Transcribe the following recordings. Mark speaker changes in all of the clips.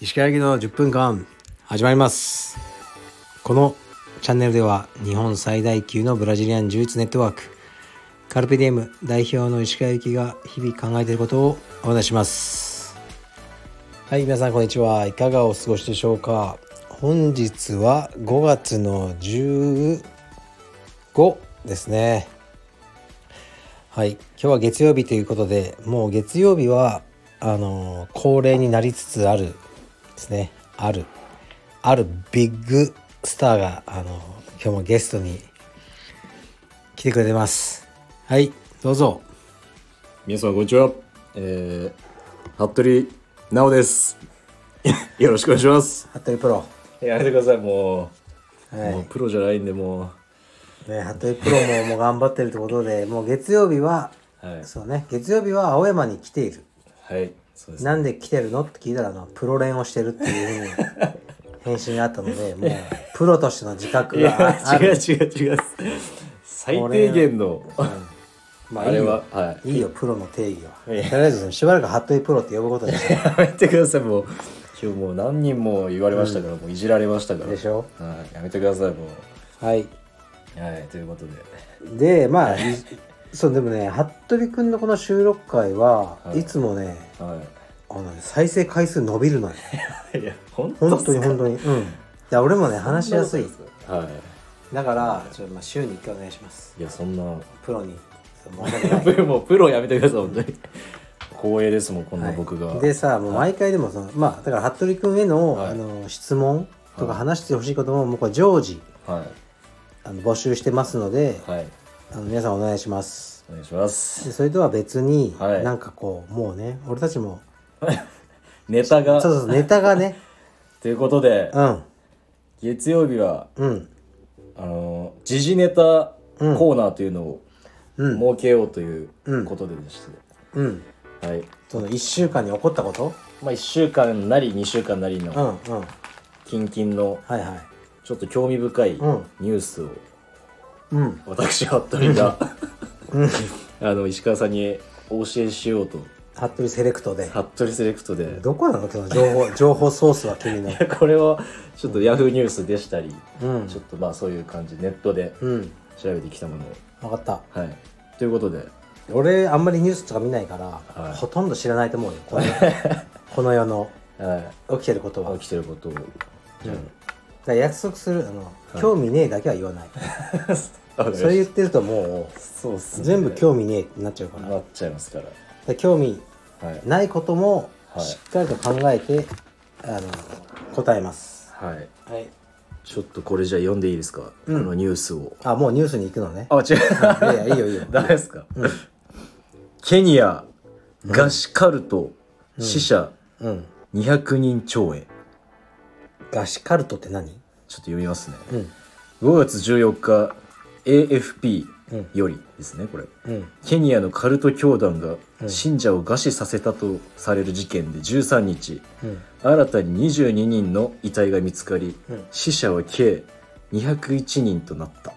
Speaker 1: 石川行きの10分間始まりますこのチャンネルでは日本最大級のブラジリアン柔術ネットワークカルペディエム代表の石川行きが日々考えていることをお話ししますはい皆さんこんにちはいかがお過ごしでしょうか本日は5月の15ですねはい今日は月曜日ということでもう月曜日はあの恒例になりつつあるですねあるあるビッグスターがあの今日もゲストに来てくれてますはいどうぞ
Speaker 2: 皆さんこんにちは、えー、服部直です よろしくお願いします
Speaker 1: 服部プロ
Speaker 2: やめてくださいもう,、
Speaker 1: はい
Speaker 2: もうプロじゃないんでも
Speaker 1: ね服部プロ ももう頑張ってるってことでもう月曜日は、
Speaker 2: うはい
Speaker 1: そうね月曜日は青山に来ている
Speaker 2: はいそうです
Speaker 1: なんで来てるのって聞いたらあのプロ練をしてるっていうふうに返信があったのでもうプロとしての自覚
Speaker 2: い
Speaker 1: が
Speaker 2: や
Speaker 1: あ
Speaker 2: 違う
Speaker 1: る
Speaker 2: 違う違う最低限の
Speaker 1: ま
Speaker 2: あ
Speaker 1: あいい
Speaker 2: れ
Speaker 1: よ
Speaker 2: ははい
Speaker 1: いよプロの定義はと
Speaker 2: い
Speaker 1: り
Speaker 2: や
Speaker 1: あえずしばらく服部プロって呼ぶことにして
Speaker 2: やめてください もう今日もう何人も言われましたから、もういじられましたから
Speaker 1: でしょ
Speaker 2: はい、やめてくださいもう
Speaker 1: はい
Speaker 2: はいということで
Speaker 1: でまあいそうでもね服部君のこの収録回は、、
Speaker 2: はいい
Speaker 1: つもね
Speaker 2: は
Speaker 1: あのね再生回数伸びるの よ
Speaker 2: いいや本当
Speaker 1: 本当に本当にうんいや俺もね話しやすい
Speaker 2: は
Speaker 1: だからちょっとまあ週に1回お願いします
Speaker 2: いいやそんな
Speaker 1: プロにそう申し訳
Speaker 2: や
Speaker 1: な
Speaker 2: っぱりもうプロやめてください本当に光栄ですもんこんない僕が、
Speaker 1: はいでさもう毎回でもその、まあだから服部君への,、
Speaker 2: はい
Speaker 1: あの質問とか
Speaker 2: はい
Speaker 1: 話してほしいことももうこれ常時
Speaker 2: は
Speaker 1: あの募集してますので、
Speaker 2: いはい
Speaker 1: あの皆さんお願いします
Speaker 2: お願いします
Speaker 1: でそれとは別に、
Speaker 2: はい
Speaker 1: なんかこうもうね俺たちも
Speaker 2: ネタ
Speaker 1: そう
Speaker 2: が
Speaker 1: そうそうネタがね
Speaker 2: ということで
Speaker 1: うん
Speaker 2: 月曜日は
Speaker 1: うん
Speaker 2: あの時事ネタコーナーというのを
Speaker 1: うん
Speaker 2: 設けようということででして、
Speaker 1: うん
Speaker 2: はい
Speaker 1: その1週間に起こったこと
Speaker 2: まあ1週間なり2週間なり
Speaker 1: うん
Speaker 2: の
Speaker 1: うんはい
Speaker 2: 近々の
Speaker 1: はい
Speaker 2: ちょっと興味深いニ
Speaker 1: うん
Speaker 2: ュースを
Speaker 1: うん
Speaker 2: 私服部が あの石川さんにお教えしようと
Speaker 1: 服部セレクトで
Speaker 2: 服部セレクトで
Speaker 1: どこなのその情報情報ソースは君の
Speaker 2: これをちょっとヤフーニュースでしたり、
Speaker 1: うん
Speaker 2: ちょっとまあそういう感じネットで
Speaker 1: うん
Speaker 2: 調べてきたもの
Speaker 1: 分
Speaker 2: を、
Speaker 1: かった
Speaker 2: はいということで
Speaker 1: 俺あんまりニュースとか見ないから、
Speaker 2: はい
Speaker 1: ほとんど知らないと思うよこのこの世の
Speaker 2: は
Speaker 1: 起きてることはい
Speaker 2: 起きてることを、
Speaker 1: だから約束するあの、興味ねえだけは言わないそ
Speaker 2: そ
Speaker 1: れ
Speaker 2: れ
Speaker 1: 言ってるとも
Speaker 2: そうっす
Speaker 1: う
Speaker 2: ね
Speaker 1: 全部興味ねえってなっちゃうから
Speaker 2: なっちゃいますから
Speaker 1: で興味
Speaker 2: はい
Speaker 1: ないことも
Speaker 2: はい
Speaker 1: しっかりと考えて、あの答えます
Speaker 2: はい
Speaker 1: はい
Speaker 2: ちょっとこれじゃあ読んでいいですか、このニュースを
Speaker 1: あもうニュースに行くのね
Speaker 2: あ違う
Speaker 1: いやいやいいよいいよ
Speaker 2: ダメですか、ケニアガシカルト、死者
Speaker 1: うん
Speaker 2: 200人超え
Speaker 1: ガシカルトって何
Speaker 2: ちょっと読みますね、
Speaker 1: うん
Speaker 2: 5月14日 AFP
Speaker 1: うん
Speaker 2: よりですねこれ
Speaker 1: うん
Speaker 2: ケニアのカルト教団が信者を餓死させたとされる事件で13日
Speaker 1: うん
Speaker 2: 新たに22人の遺体が見つかり
Speaker 1: うん
Speaker 2: 死者は計201人となった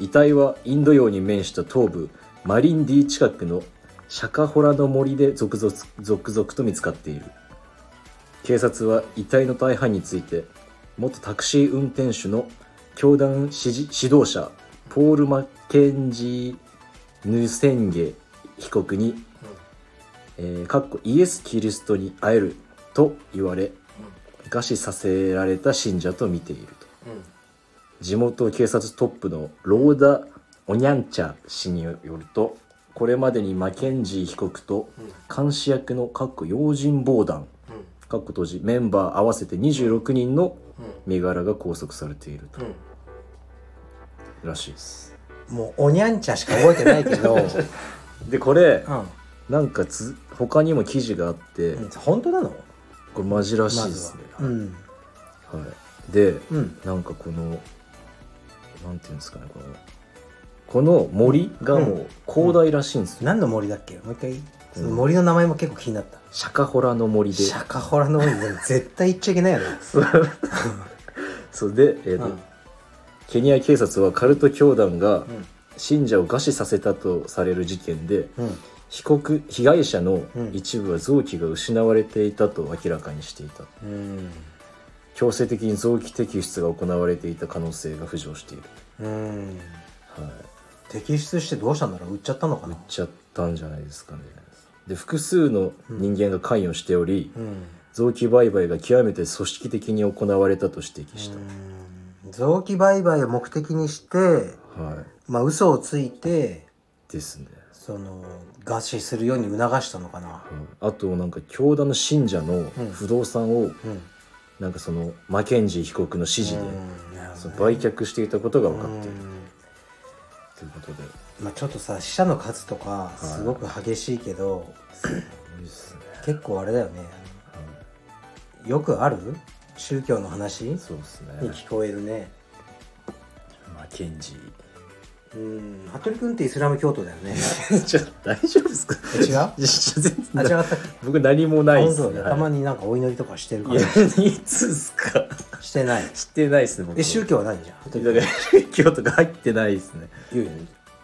Speaker 2: 遺体はインド洋に面した東部マリンディ近くのシャカホラの森で続々続々と見つかっている警察は遺体の大半について元タクシー運転手の教団支持指導者ポール・マッケンジー・ヌセンゲ被告に、えーかっこイエス・キリストに会えると言われ餓死させられた信者と見ていると
Speaker 1: うん
Speaker 2: 地元警察トップのローダ・オニャンチャ氏によるとこれまでにマケンジー被告と監視役のかっこ用心棒団
Speaker 1: うん
Speaker 2: かっこ当時メンバー合わせて26人の
Speaker 1: う
Speaker 2: 身柄が拘束されていると
Speaker 1: ん
Speaker 2: らしいです
Speaker 1: うんもうおにゃんちゃしか覚えてないけ ど、う
Speaker 2: でこれ
Speaker 1: ん
Speaker 2: なんかつ他にも記事があって、
Speaker 1: うん、本当なの
Speaker 2: これマジら
Speaker 1: ま
Speaker 2: しいで
Speaker 1: ず
Speaker 2: す
Speaker 1: は
Speaker 2: ね、
Speaker 1: うん
Speaker 2: はい、で、
Speaker 1: うん
Speaker 2: なんかこのなんていうんですかねこのこの森がもう広大らしいんですよ、
Speaker 1: 何の森だっけもう一回その森の名前も結構気になった、
Speaker 2: シャカホラの森で
Speaker 1: シャカホラの森でも絶対行っちゃいけないよね、
Speaker 2: そうで、えーと
Speaker 1: うん
Speaker 2: ケニア警察はカルト教団が信者を餓死させたとされる事件で
Speaker 1: うん
Speaker 2: 被告被害者の
Speaker 1: うん
Speaker 2: 一部は臓器が失われていたと明らかにしていた
Speaker 1: うん
Speaker 2: 強制的に臓器摘出が行われていた可能性が浮上している、
Speaker 1: うん
Speaker 2: はい、
Speaker 1: 摘出してどうしたんだろう売っちゃったのかな
Speaker 2: ちゃったんじゃないですかねで複数の人間が関与しており、
Speaker 1: うん
Speaker 2: 臓器売買が極めて組織的に行われたと指摘した、
Speaker 1: うん臓器売買を目的にして
Speaker 2: は
Speaker 1: まあ嘘をついて
Speaker 2: いですね、
Speaker 1: その餓死するように促したのかな
Speaker 2: うんあとなんか教団の信者の
Speaker 1: ん
Speaker 2: 不動産を、
Speaker 1: うん
Speaker 2: なんかそのマケンジー被告の指示で、
Speaker 1: うんなるほ
Speaker 2: そ
Speaker 1: ど
Speaker 2: の
Speaker 1: ね
Speaker 2: 売却していたことが分かってい
Speaker 1: う
Speaker 2: る
Speaker 1: ん
Speaker 2: ということで
Speaker 1: まあちょっとさ死者の数とかすごく激しいけど、
Speaker 2: いいですね、
Speaker 1: 結構あれだよね
Speaker 2: う
Speaker 1: よくある宗教の話に
Speaker 2: んそうですね
Speaker 1: 聞こえるね
Speaker 2: マケンジ
Speaker 1: うん服部君ってイスラム教徒だよね
Speaker 2: ー ちょっと大丈夫ですか
Speaker 1: 違う
Speaker 2: いや 全
Speaker 1: あ違
Speaker 2: 然
Speaker 1: ったっ
Speaker 2: 僕何も
Speaker 1: け
Speaker 2: ないで
Speaker 1: 本
Speaker 2: す
Speaker 1: 当だ
Speaker 2: ね
Speaker 1: よ
Speaker 2: はい
Speaker 1: たまになんかお祈りとかしてるか
Speaker 2: いや、
Speaker 1: ら
Speaker 2: いつですか
Speaker 1: してない
Speaker 2: 知ってないですね、僕。
Speaker 1: え宗教は何じゃん
Speaker 2: だから宗教とか入ってないですね。
Speaker 1: 言うよ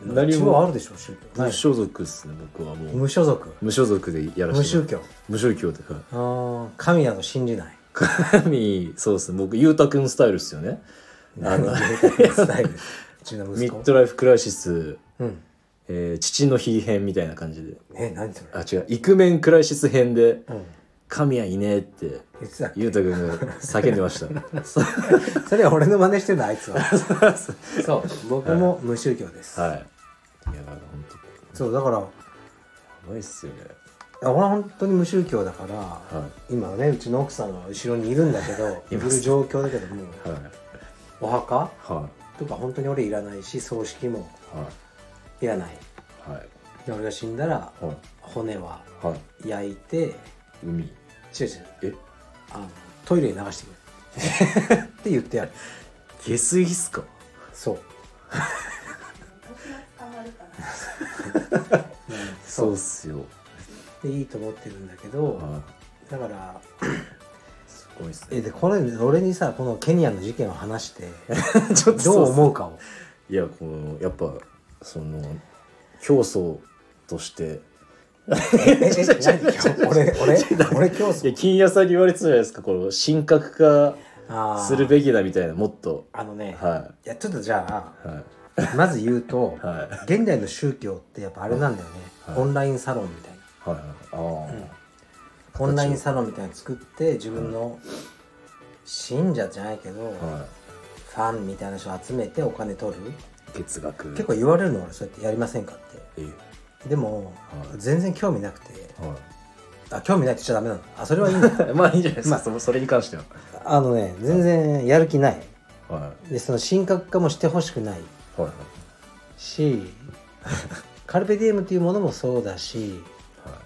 Speaker 2: 何
Speaker 1: 一応あ
Speaker 2: も
Speaker 1: るでしょ宗教な
Speaker 2: 無
Speaker 1: い
Speaker 2: 所属ですね、僕はもう。
Speaker 1: 無所属
Speaker 2: 無所属でやら
Speaker 1: 無
Speaker 2: せ
Speaker 1: 宗
Speaker 2: てもら
Speaker 1: 教
Speaker 2: う。無宗教とか。
Speaker 1: あー神など信じない
Speaker 2: 神、そうですね、僕、ゆうたくんスタイルですよね。あの
Speaker 1: スタイルうちの息
Speaker 2: ミッ
Speaker 1: 子
Speaker 2: ドライフクライシス、
Speaker 1: うん
Speaker 2: えー父の日編みたいな感じで。
Speaker 1: え何それ
Speaker 2: あ、違う、イクメンクライシス編で、
Speaker 1: うん
Speaker 2: 神はいねえって、
Speaker 1: 言ってたっけ
Speaker 2: ゆうたくんが叫んで ました。そう
Speaker 1: それは俺の真似してるのあいつは
Speaker 2: そう そう
Speaker 1: そう僕も無宗教です、
Speaker 2: はい。いや、本当
Speaker 1: そうだからい
Speaker 2: やばいっすよね。
Speaker 1: や俺は本当に無宗教だから、
Speaker 2: は
Speaker 1: 今はねうちの奥さんは後ろにいるんだけどい
Speaker 2: います
Speaker 1: る状況だけども
Speaker 2: い。はい。
Speaker 1: お墓
Speaker 2: は
Speaker 1: とか本当に俺いらないし葬式も
Speaker 2: い。はい。
Speaker 1: いらない
Speaker 2: はい。
Speaker 1: で俺が死んだら
Speaker 2: はい。
Speaker 1: 骨は
Speaker 2: はい。
Speaker 1: 焼いて
Speaker 2: 海。
Speaker 1: 違う違う
Speaker 2: え、
Speaker 1: あのトイレに流してくれって言ってやる
Speaker 2: 下水っすか。
Speaker 1: そう
Speaker 2: そうっすよ。
Speaker 1: でいいと思ってるんだけど、だから
Speaker 2: すごいっす
Speaker 1: え
Speaker 2: ね。
Speaker 1: でこれ俺にさこのケニアの事件を話して
Speaker 2: ちょっ
Speaker 1: ど
Speaker 2: と そう
Speaker 1: う
Speaker 2: 思う。
Speaker 1: 思うか を
Speaker 2: いや、この、やっぱ、その、競争として。
Speaker 1: えええ何俺 俺俺競
Speaker 2: いや、
Speaker 1: 争
Speaker 2: 金谷さんに言われてたじゃないですか、この神格
Speaker 1: あ
Speaker 2: 化
Speaker 1: ー
Speaker 2: するべきだみたいな、もっと。
Speaker 1: あのね、、
Speaker 2: はい
Speaker 1: やちょっとじゃ
Speaker 2: い。はい。
Speaker 1: あまず言うと、
Speaker 2: はい。
Speaker 1: 現代の宗教ってやっぱあれなんだよね、
Speaker 2: はい
Speaker 1: オンラインサロンみたいな
Speaker 2: はい。ああ。
Speaker 1: オンラインサロンみたいなの作って自分の信者じゃないけど、
Speaker 2: は
Speaker 1: ファンみたいな人集めてお金取る
Speaker 2: い。月額。
Speaker 1: 結構言われるの俺そうやってやりませんかって
Speaker 2: え。
Speaker 1: でも、
Speaker 2: はい
Speaker 1: 全然興味なくて
Speaker 2: は
Speaker 1: あ興味ないって言っちゃダメなのあそれはいいんだ
Speaker 2: い。まあ、いいんじゃないです
Speaker 1: ま
Speaker 2: か。
Speaker 1: あ
Speaker 2: そそれに関しては。
Speaker 1: あのね全然やる気ない
Speaker 2: は
Speaker 1: でその神格化もしてほしくない
Speaker 2: い。はい。
Speaker 1: しカルペディエムっていうものもそうだし
Speaker 2: は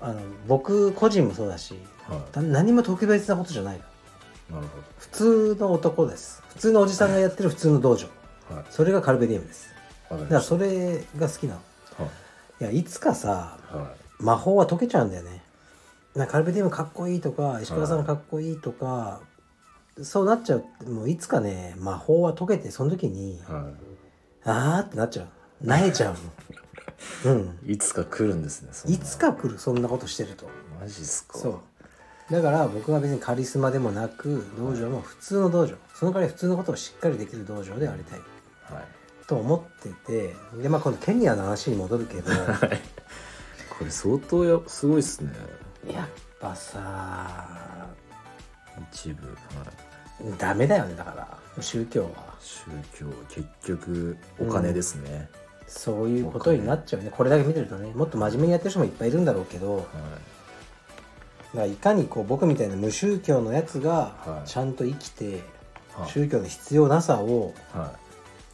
Speaker 1: あの僕個人もそうだし
Speaker 2: い。は
Speaker 1: だ何も特別なことじゃないの
Speaker 2: い。なるほ
Speaker 1: 普通の男です普通のおじさんがやってる普通の道場
Speaker 2: ど。はい。
Speaker 1: それがカルペディエムです
Speaker 2: わか
Speaker 1: だ
Speaker 2: り
Speaker 1: から
Speaker 2: まし
Speaker 1: それが好きなの
Speaker 2: た。はい
Speaker 1: やいつかさ
Speaker 2: い。はい。
Speaker 1: 魔法は解けちゃうんだよねなんかカルペディウムかっこいいとか石川さんかっこいいとか、そうなっちゃうもういつかね魔法は解けてその時に、
Speaker 2: は
Speaker 1: あーってなっちゃうなえちゃうのうん
Speaker 2: い、いつか来るんですねそんない
Speaker 1: つか来るそんなことしてると
Speaker 2: マジっすか
Speaker 1: そうだから僕は別にカリスマでもなく道場も普通の道場その代わり普通のことをしっかりできる道場でありたい
Speaker 2: はい
Speaker 1: と思っててでまあ今度ケニアの話に戻る けど
Speaker 2: これ相当やすごいっすね
Speaker 1: やっぱさ
Speaker 2: 一部、はい、
Speaker 1: ダメだよねだから宗教は
Speaker 2: 宗教結局お金ですね、
Speaker 1: そういうことになっちゃうねこれだけ見てるとねもっと真面目にやってる人もいっぱいいるんだろうけど
Speaker 2: は
Speaker 1: だ
Speaker 2: い
Speaker 1: からいかにこう僕みたいな無宗教のやつが
Speaker 2: はい
Speaker 1: ちゃんと生きて、
Speaker 2: はい
Speaker 1: 宗教の必要なさを
Speaker 2: は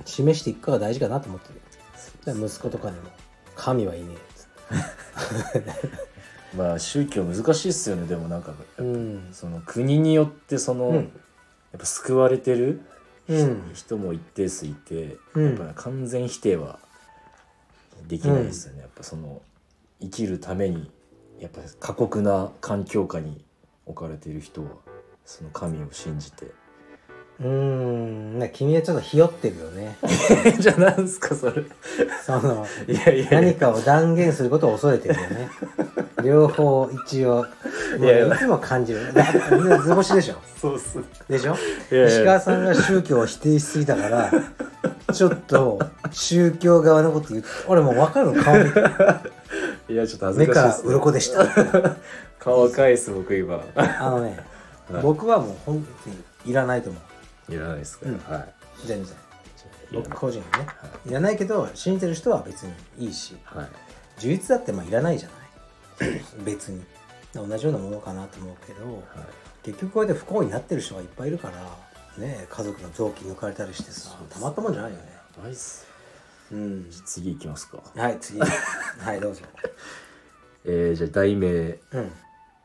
Speaker 1: 示していくかが大事かなと思ってるだから息子とかにも「神はいねえ」っつって
Speaker 2: いまあ宗教難しいっすよねでもなんかやっぱ
Speaker 1: うん
Speaker 2: その国によってその、
Speaker 1: うん
Speaker 2: やっぱ救われてる
Speaker 1: うん
Speaker 2: 人も一定数いて、
Speaker 1: うん
Speaker 2: やっぱ完全否定はできないですよね、やっぱその生きるためにやっぱ過酷な環境下に置かれている人はその神を信じて
Speaker 1: うーん、な君はちょっとひよってるよね。
Speaker 2: じゃあなんすかそれ
Speaker 1: その、
Speaker 2: いやいや
Speaker 1: 何かを断言することを恐れてるよ ね。両方一応、もう
Speaker 2: いやい
Speaker 1: ね
Speaker 2: や
Speaker 1: いつも感じる。だから図星でしょ
Speaker 2: そうっす
Speaker 1: でしょ
Speaker 2: いやいや
Speaker 1: 石川さんが宗教を否定しすぎたから、ちょっと宗教側のこと言って、俺もう分かるの顔見て、
Speaker 2: いやちょっと恥
Speaker 1: 目
Speaker 2: ず
Speaker 1: から
Speaker 2: かしいっ
Speaker 1: 鱗でした。
Speaker 2: す顔返す僕今
Speaker 1: あのね、僕はもう本当にいらないと思う。
Speaker 2: いらないですか、
Speaker 1: うん
Speaker 2: はい
Speaker 1: 全然。
Speaker 2: いらない
Speaker 1: 僕個人はね。いらないけど、信じてる人は別にいいし、
Speaker 2: はい
Speaker 1: 充実だってまあいらないじゃ ない。別に。同じようなものかなと思うけど、
Speaker 2: はい
Speaker 1: 結局こうやって不幸になってる人がいっぱいいるから、ね、家族の臓器抜かれたりしてさ、たまったもんじゃないよね。
Speaker 2: ナイス
Speaker 1: うん。
Speaker 2: 次行きますか
Speaker 1: はい、 次。はい、どうぞ。
Speaker 2: えー、じゃあ題名
Speaker 1: うん。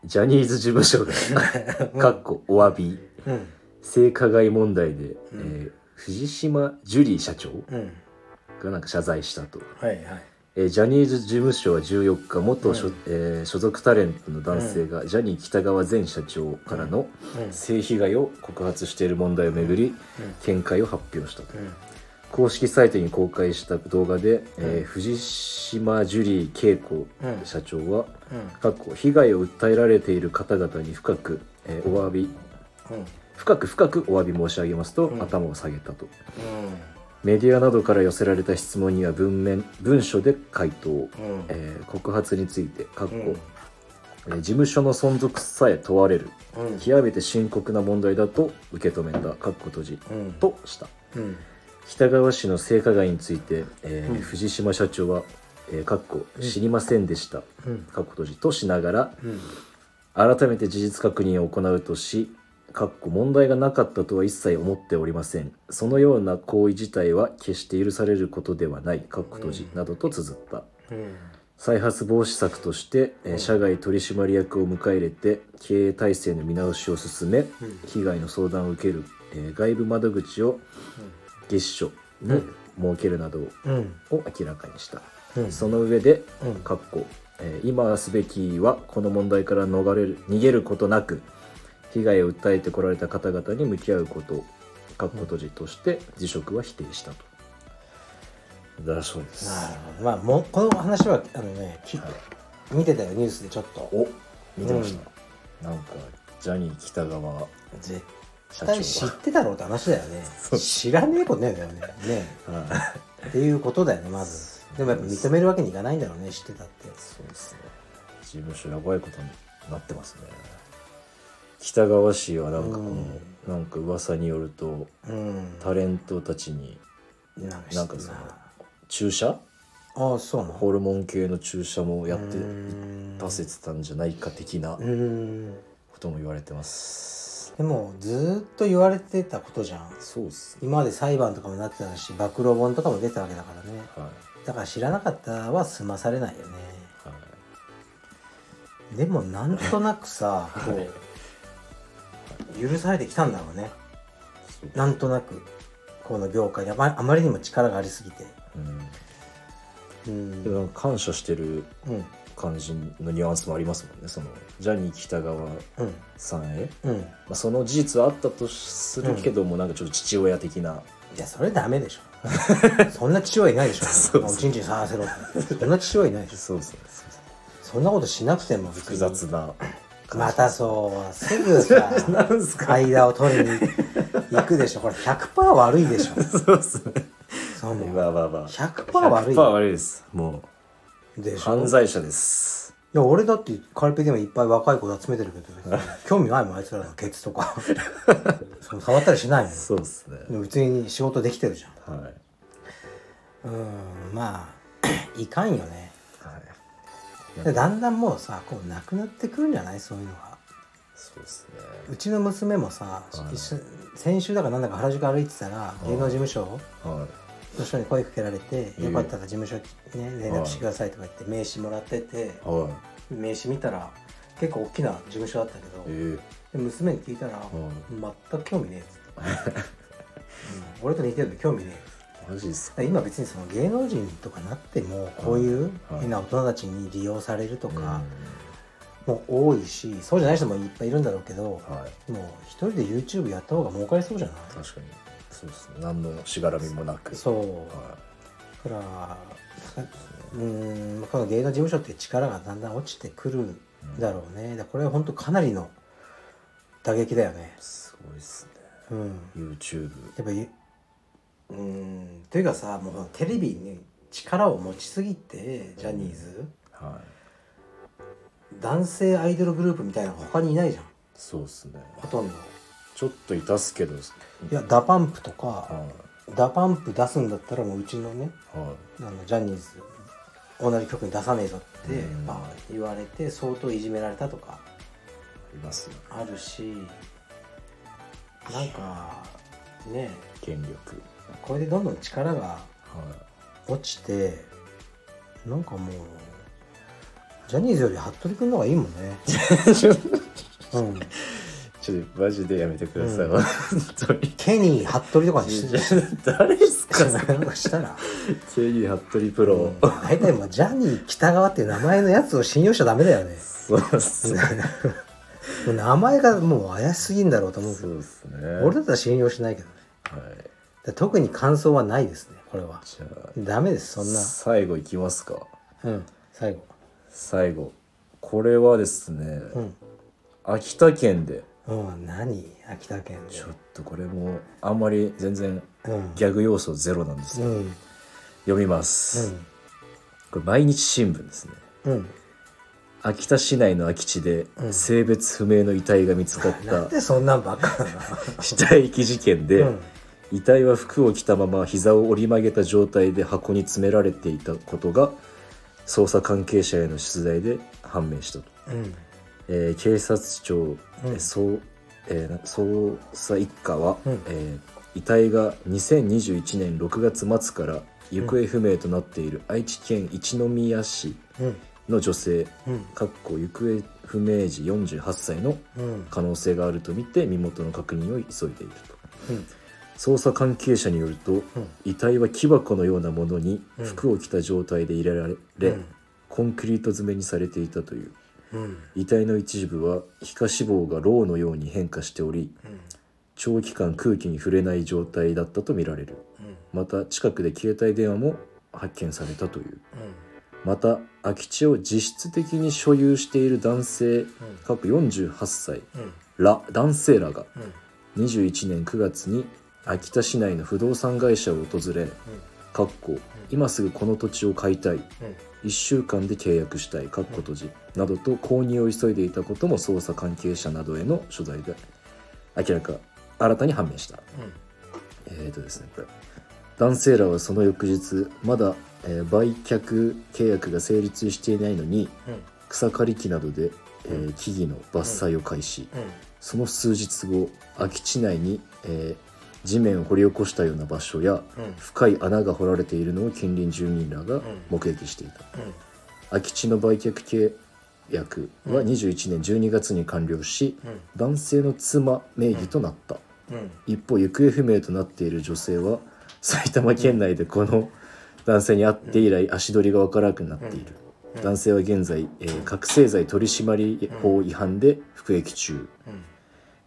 Speaker 2: ジャニーズ事 務所がかっこお詫び
Speaker 1: うん。
Speaker 2: 性加害問題で、
Speaker 1: うん
Speaker 2: えー藤島ジュリー社長
Speaker 1: うん。
Speaker 2: がなんか謝罪したと、
Speaker 1: はい、はい。
Speaker 2: えージャニーズ事務所は14日元所,、
Speaker 1: うん
Speaker 2: えー所属タレントの男性が、ジャニー喜多川前社長からの
Speaker 1: うん。
Speaker 2: 性被害を告発している問題をめぐり見解を発表したと
Speaker 1: うん。うん。
Speaker 2: 公式サイトに公開した動画で、えー藤島ジュリー恵子
Speaker 1: うん
Speaker 2: 社長は、
Speaker 1: うん。
Speaker 2: かっこ被害を訴えられている方々に深く、えーお詫び
Speaker 1: うん。
Speaker 2: 深く深くお詫び申し上げますと、
Speaker 1: うん
Speaker 2: 頭を下げたとメディアなどから寄せられた質問には文面文書で回答、
Speaker 1: うん。うん。
Speaker 2: えー告発についてかっこ、
Speaker 1: うん
Speaker 2: えー事務所の存続さえ問われる
Speaker 1: うん。
Speaker 2: 極めて深刻な問題だと受け止めたかっこ閉じ
Speaker 1: うん。
Speaker 2: とした
Speaker 1: うん。
Speaker 2: 北川氏の性加害について、えー
Speaker 1: うん
Speaker 2: 藤島社長は、えー、かっこ知りませんでした、
Speaker 1: うん。
Speaker 2: かっこ閉じとしながら
Speaker 1: うん。
Speaker 2: 改めて事実確認を行うとし、かっこ問題がなかったとは一切思っておりません。そのような行為自体は決して許されることではない、かっこ閉じ、などと綴った。
Speaker 1: うん。
Speaker 2: 再発防止策として、えー社外取締役を迎え入れて、経営体制の見直しを進め、
Speaker 1: うん
Speaker 2: 被害の相談を受ける、えー外部窓口を月初に設けるなどを
Speaker 1: うん。
Speaker 2: 明らかにした。
Speaker 1: うん。
Speaker 2: その上で、
Speaker 1: うん
Speaker 2: かっこえー今すべきはこの問題から逃れる逃げることなく被害を訴えてこられた方々に向き合うことかっこ閉じとして辞職は否定したと。だそうです。
Speaker 1: なるほど。まあ、もうこの話は、あのね、き見てたよ、ニュースでちょっと。
Speaker 2: お見てました。なんかジャニー喜多川
Speaker 1: 絶
Speaker 2: 社
Speaker 1: 対知
Speaker 2: 長
Speaker 1: ってたろうって話だよね
Speaker 2: そう。
Speaker 1: 知らねえことないだよ ね。ね
Speaker 2: が。はい
Speaker 1: え。っていうことだよね、まず。でもやっぱ認めるわけにいかないんだろうね、知ってたって。
Speaker 2: そうですね。事務所やばいことになってますね。北川氏はなんかこの、なんか噂によると
Speaker 1: うん。
Speaker 2: タレントたちに
Speaker 1: なんか知
Speaker 2: な
Speaker 1: っ
Speaker 2: んか
Speaker 1: て
Speaker 2: そ
Speaker 1: た
Speaker 2: の
Speaker 1: な。
Speaker 2: 注射
Speaker 1: ああ、そうなの
Speaker 2: ホルモン系の注射もやって
Speaker 1: うん
Speaker 2: 出せてたんじゃないか的な
Speaker 1: うーん
Speaker 2: ことも言われてます、
Speaker 1: でもずーっと言われてたことじゃん
Speaker 2: そうっすね
Speaker 1: 今まで裁判とかもなってたし暴露本とかも出てたわけだからね
Speaker 2: は
Speaker 1: だから知らなかったは済まされないよね
Speaker 2: いはい
Speaker 1: でもなんとなく さこう許されてきたんだろうね
Speaker 2: そう
Speaker 1: なんとなくこの業界であまあまりにも力がありすぎて
Speaker 2: うん
Speaker 1: う
Speaker 2: で
Speaker 1: ん
Speaker 2: もなんか感謝してる
Speaker 1: うん
Speaker 2: 感じのニュアンスもありますもんねそのジャニー喜多川
Speaker 1: うん
Speaker 2: さんへ、
Speaker 1: うん
Speaker 2: まあ、その事実はあったとするけども、なんかちょっと父親的ない
Speaker 1: やそれダメでし ょそんな父親いないでしょ
Speaker 2: そうそう
Speaker 1: おちんちん触らせろってそんな父親いないでしょ
Speaker 2: そうそうそうそう
Speaker 1: そんなことしなくても別
Speaker 2: 複
Speaker 1: に
Speaker 2: 雑な
Speaker 1: またそうすぐさ
Speaker 2: なんすか
Speaker 1: 間を取りに行くでしょこれ100%悪いでしょ
Speaker 2: そうっすね
Speaker 1: そうも
Speaker 2: ま
Speaker 1: う
Speaker 2: あまあまあ
Speaker 1: 100%悪い
Speaker 2: 100%悪いですも
Speaker 1: で
Speaker 2: う
Speaker 1: しょ
Speaker 2: 犯罪者です
Speaker 1: いや俺だってカルペディウムいっぱい若い子集めてるけど別に 興味ないもんあいつらのケツとかその触ったりしないもん
Speaker 2: そうですね。
Speaker 1: でも別に仕事できてるじゃ
Speaker 2: はい。はい。
Speaker 1: んうんまあ いかんよねでだんだんもうさこうなくなってくるんじゃないそういうのが
Speaker 2: そうです
Speaker 1: う
Speaker 2: ね。
Speaker 1: ちの娘もさ、
Speaker 2: はい
Speaker 1: 一緒先週だからなんだか原宿歩いてたら芸能事務所
Speaker 2: は
Speaker 1: の人に声かけられて「
Speaker 2: え
Speaker 1: よかったら事務所ね連絡してください」とか言って名刺もらってて
Speaker 2: い。はい。
Speaker 1: 名刺見たら結構大きな事務所だったけど
Speaker 2: ええ
Speaker 1: で娘に聞いたら「全く興味ねえ」っつって「うん俺と似てるの興味ねえ」
Speaker 2: マジですか。
Speaker 1: 今別にその芸能人とかなってもこういう
Speaker 2: はい
Speaker 1: 変な大人たちに利用されるとか、もう多いしそうじゃない人もいっぱいいるんだろうけど
Speaker 2: はい
Speaker 1: もう一人で YouTube やった方が儲かりそうじゃない
Speaker 2: 確かにそうですね何のしがらみもなく
Speaker 1: そう
Speaker 2: は
Speaker 1: だからうーんこの芸能事務所って力がだんだん落ちてくるんだろうね、だからこれは本当かなりの打撃だよね
Speaker 2: い、すごいですね
Speaker 1: うん、
Speaker 2: YouTube
Speaker 1: やっぱりうーんというかさもうテレビに力を持ちすぎてジャニーズ
Speaker 2: はい
Speaker 1: 男性アイドルグループみたいなの他にいないじゃん
Speaker 2: そうですね
Speaker 1: ほとんど
Speaker 2: ちょっといたすけど
Speaker 1: いやダパンプとか
Speaker 2: は
Speaker 1: ダパンプ出すんだったらもううちのね
Speaker 2: いは
Speaker 1: あのジャニーズ同じ曲に出さねえぞって、
Speaker 2: うん
Speaker 1: まあ、言われて相当いじめられたとか
Speaker 2: いいますよ
Speaker 1: あるしなんかね
Speaker 2: 権力
Speaker 1: これでどんどん力が
Speaker 2: は
Speaker 1: 落ちてなんかもうジャニーズより服部君の方がい いもんね、
Speaker 2: いちょっ
Speaker 1: うん、
Speaker 2: とマジでやめてください、
Speaker 1: うん
Speaker 2: 本当に
Speaker 1: ケニー服部とかに し
Speaker 2: 誰ですか
Speaker 1: なんかしたら
Speaker 2: ケニー・服部プロ、
Speaker 1: うん大体もうジャニー北川っていう名前のやつを信用しちゃダメだよね
Speaker 2: そうっすね
Speaker 1: もう 名前がもう怪しすぎんだろうと思うけど
Speaker 2: そうですね
Speaker 1: 俺だったら信用しないけどね
Speaker 2: はい
Speaker 1: だから特に感想はないですねこれは
Speaker 2: じゃあ
Speaker 1: ダメですそんな
Speaker 2: 最後いきますか
Speaker 1: うん最後
Speaker 2: 最後これはですね、
Speaker 1: うん
Speaker 2: 秋田県で
Speaker 1: うん何秋田県で
Speaker 2: ちょっとこれもあんまり全然
Speaker 1: うん
Speaker 2: ギャグ要素ゼロなんですけ
Speaker 1: う
Speaker 2: ど、
Speaker 1: ん
Speaker 2: 読みます、これ毎日新聞ですね
Speaker 1: うんうん
Speaker 2: 秋田市内の空き地で
Speaker 1: うん
Speaker 2: 性別不明の遺体が見つかっ
Speaker 1: なん
Speaker 2: た
Speaker 1: でそんなんばっか なの
Speaker 2: 死体遺棄事件で、
Speaker 1: うん
Speaker 2: 遺体は服を着たまま膝を折り曲げた状態で箱に詰められていたことが捜査関係者への取材で判明したと、
Speaker 1: うん
Speaker 2: えー警察庁、え
Speaker 1: うん
Speaker 2: ーそうえーな捜査一課は、
Speaker 1: うん
Speaker 2: えー遺体が2021年6月末から行方不明となっている愛知県一宮市
Speaker 1: うん
Speaker 2: の女性
Speaker 1: うん
Speaker 2: かっこ行方不明時48歳の
Speaker 1: うん
Speaker 2: 可能性があるとみて身元の確認を急いでいると
Speaker 1: うん
Speaker 2: 捜査関係者によると、
Speaker 1: うん
Speaker 2: 遺体は木箱のようなものに
Speaker 1: うん
Speaker 2: 服を着た状態で入れられ、
Speaker 1: うん
Speaker 2: コンクリート詰めにされていたという
Speaker 1: うん
Speaker 2: 遺体の一部は皮下脂肪がろうのように変化しており
Speaker 1: うん
Speaker 2: 長期間空気に触れない状態だったとみられる
Speaker 1: うん
Speaker 2: また近くで携帯電話も発見されたという
Speaker 1: うん
Speaker 2: また空き地を実質的に所有している男性各48歳
Speaker 1: うん
Speaker 2: ら男性らが
Speaker 1: うん
Speaker 2: 21年9月に秋田市内の不動産会社を訪れかっこ今すぐこの土地を買いたい
Speaker 1: うん
Speaker 2: 1週間で契約したいかっこ閉じなどと購入を急いでいたことも捜査関係者などへの所在で明らか新たに判明した
Speaker 1: うん
Speaker 2: えーとですねこれ男性らはその翌日まだ、えー売却契約が成立していないのに
Speaker 1: うん
Speaker 2: 草刈り機などで、えー木々の伐採を開始、
Speaker 1: うん
Speaker 2: その数日後空き地内に、えー地面を掘り起こしたような場所
Speaker 1: う
Speaker 2: や
Speaker 1: ん
Speaker 2: 深い穴が掘られているのを近隣住民らが目撃していた、空き地の売却契約は21年12月に完了し、
Speaker 1: うん
Speaker 2: 男性の妻名義となった、
Speaker 1: うん
Speaker 2: 一方行方不明となっている女性は埼玉県内でこの男性に会って以来足取りがわからなくなっている、男性は現在、えー覚醒剤取締法違反で服役中、
Speaker 1: うん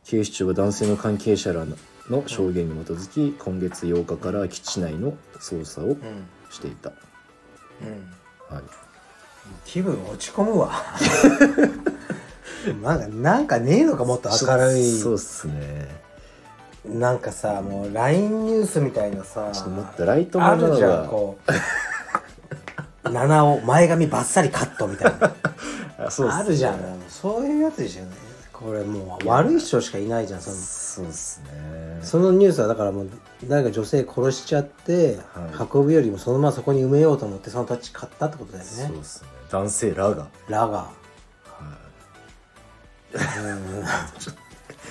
Speaker 2: 警視庁は男性の関係者らのの証言に基づき、今月8日から空き地内の捜査を
Speaker 1: うん
Speaker 2: していた、
Speaker 1: うん
Speaker 2: はい、
Speaker 1: 気分落ち込むわ なんかなんかねえのかもっと明るい
Speaker 2: そうっすね
Speaker 1: なんかさもう LINE ニュースみたいなさ
Speaker 2: ちょっともっとライト
Speaker 1: あ
Speaker 2: もの
Speaker 1: るじゃん
Speaker 2: が
Speaker 1: こう七尾前髪バッサリカットみたいな
Speaker 2: あそうっす
Speaker 1: あ
Speaker 2: ね
Speaker 1: るじゃんそういうやつでしょねこれもう悪い人しかいないじゃんその
Speaker 2: そうっすね
Speaker 1: そのニュースはだからもう誰か女性殺しちゃって、
Speaker 2: は
Speaker 1: 運ぶよりもそのままそこに埋めようと思ってその土地買ったってことだよ
Speaker 2: そ
Speaker 1: ね
Speaker 2: うっすね男性らが、
Speaker 1: ラが
Speaker 2: は、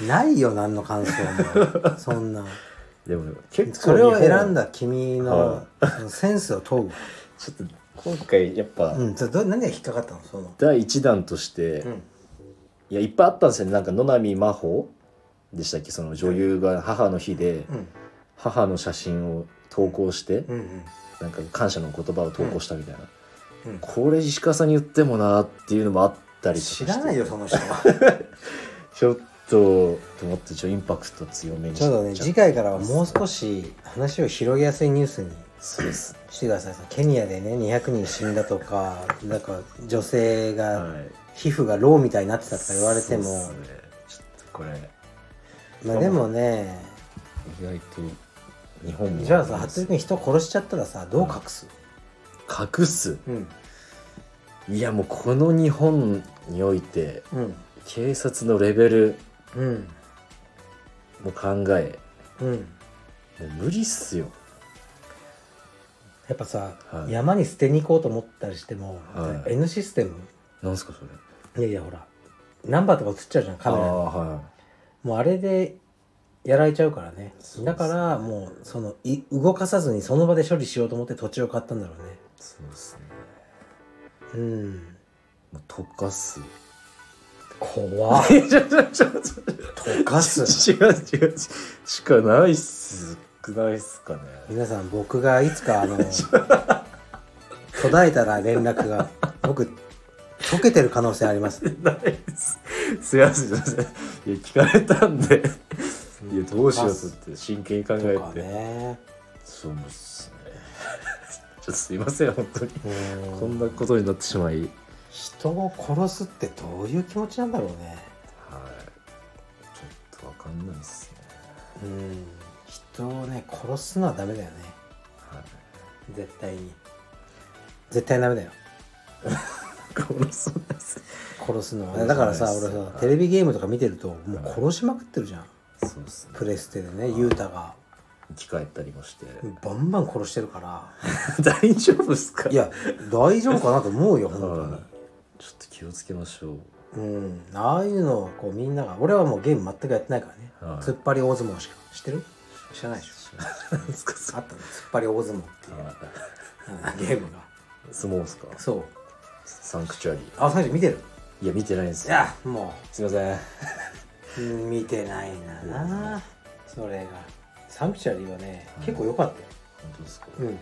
Speaker 1: ないよ何の感想もそんない
Speaker 2: でも結構
Speaker 1: それを選んだ君
Speaker 2: は
Speaker 1: のそのセンスを問うわ
Speaker 2: ちょっと今回やっぱ、
Speaker 1: うん、それど何が引っかかったのその。
Speaker 2: 第1弾として、
Speaker 1: うん。
Speaker 2: いやいっぱいあったんですよねなんか野波真帆でしたっけその女優が母の日で
Speaker 1: うん。
Speaker 2: 母の写真を投稿して、
Speaker 1: うん。うん。
Speaker 2: なんか感謝の言葉を投稿したみたいな、
Speaker 1: うん
Speaker 2: これ石川さんに言ってもなっていうのもあっったりとかして
Speaker 1: 知らないよその人 は
Speaker 2: ちょっともっとちょインパクト強めにし
Speaker 1: ちょっとね
Speaker 2: ち
Speaker 1: 次回からはもう少し話を広げやすいニュースに
Speaker 2: そうです
Speaker 1: してくださいケニアでね200人死んだとかなんか女性
Speaker 2: ね
Speaker 1: が
Speaker 2: はい
Speaker 1: 皮膚がローみたいになってたとか言われても、
Speaker 2: そうっすねちょっとこれ
Speaker 1: まあでもね
Speaker 2: 意外と日本も
Speaker 1: じゃあさ服部君人殺しちゃったらさどう隠す、
Speaker 2: 隠す
Speaker 1: うん
Speaker 2: いやもうこの日本において
Speaker 1: うん
Speaker 2: 警察のレベル
Speaker 1: うん
Speaker 2: も考え
Speaker 1: うん
Speaker 2: もう無理っすよ
Speaker 1: やっぱさ、
Speaker 2: はい
Speaker 1: 山に捨てに行こうと思ったりしても、
Speaker 2: はい
Speaker 1: N システム
Speaker 2: なんすかそれ
Speaker 1: いやいやほらナンバーとか映っちゃうじゃんカメ
Speaker 2: あ
Speaker 1: ラ
Speaker 2: あーはい
Speaker 1: もうあれでやられちゃうからね
Speaker 2: そうですね
Speaker 1: だからもうそのい動かさずにその場で処理しようと思って土地を買ったんだろうね
Speaker 2: そうですね
Speaker 1: うん
Speaker 2: もう溶かす
Speaker 1: 怖っ
Speaker 2: え ちょちょちょちょ
Speaker 1: 溶かす
Speaker 2: 違う違うしかないっす少ないっすかね
Speaker 1: 皆さん僕がいつかあの途絶えたら連絡が僕溶けてる可能性あります
Speaker 2: ないっすすいませんすいませんいや聞かれたんで いやどうしようとって真剣に考え
Speaker 1: とか
Speaker 2: て、
Speaker 1: ね
Speaker 2: そうっすね ちょっとすいません本当に
Speaker 1: うん
Speaker 2: こんなことになってしまい、はい、
Speaker 1: 人を殺すってどういう気持ちなんだろうね
Speaker 2: ちょっとわかんないっす
Speaker 1: う
Speaker 2: ね、
Speaker 1: ん人をね殺すのはダメだよね
Speaker 2: はい、
Speaker 1: 絶対に絶対ダメだよ
Speaker 2: 殺そうです
Speaker 1: 殺すのはねだ
Speaker 2: 殺さな
Speaker 1: か
Speaker 2: い
Speaker 1: ら
Speaker 2: です
Speaker 1: さ俺さ
Speaker 2: はい
Speaker 1: テレビゲームとか見てるとも
Speaker 2: は
Speaker 1: う
Speaker 2: い
Speaker 1: 殺しまくってるじゃん
Speaker 2: そうっすね
Speaker 1: プレステでね雄太が
Speaker 2: 生き返ったりもして
Speaker 1: バンバン殺してるから
Speaker 2: 大丈夫っすか
Speaker 1: いや大丈夫かなと思う よ
Speaker 2: はい
Speaker 1: 本当
Speaker 2: ちょっと気をつけましょう
Speaker 1: にうんああいうのをこうみんなが俺はもうゲーム全くやってないからね
Speaker 2: はい
Speaker 1: 突っ張り大相撲しか知ってる知らないでしょ
Speaker 2: なんすかそ
Speaker 1: あ
Speaker 2: れ
Speaker 1: ったの突っ張り大相撲っていう
Speaker 2: あ
Speaker 1: うんゲームが
Speaker 2: 相撲っすか
Speaker 1: そう
Speaker 2: サンクチュアリ
Speaker 1: あ最初見てる
Speaker 2: ーいや見てないんです
Speaker 1: い
Speaker 2: よ
Speaker 1: やも
Speaker 2: すいません
Speaker 1: ううん 見てないな
Speaker 2: う
Speaker 1: なそれがサンクチュアリーはね結構良かったよ
Speaker 2: 本当ですか
Speaker 1: うん